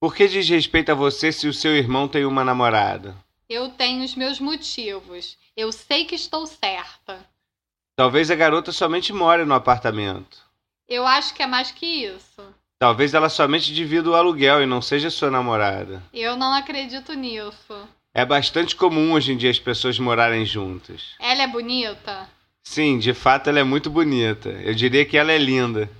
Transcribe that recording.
Por que diz respeito a você se o seu irmão tem uma namorada? Eu tenho os meus motivos. Eu sei que estou certa. Talvez a garota somente more no apartamento. Eu acho que é mais que isso. Talvez ela somente divida o aluguel e não seja sua namorada. Eu não acredito nisso. É bastante comum hoje em dia as pessoas morarem juntas. Ela é bonita? Sim, de fato ela é muito bonita. Eu diria que ela é linda.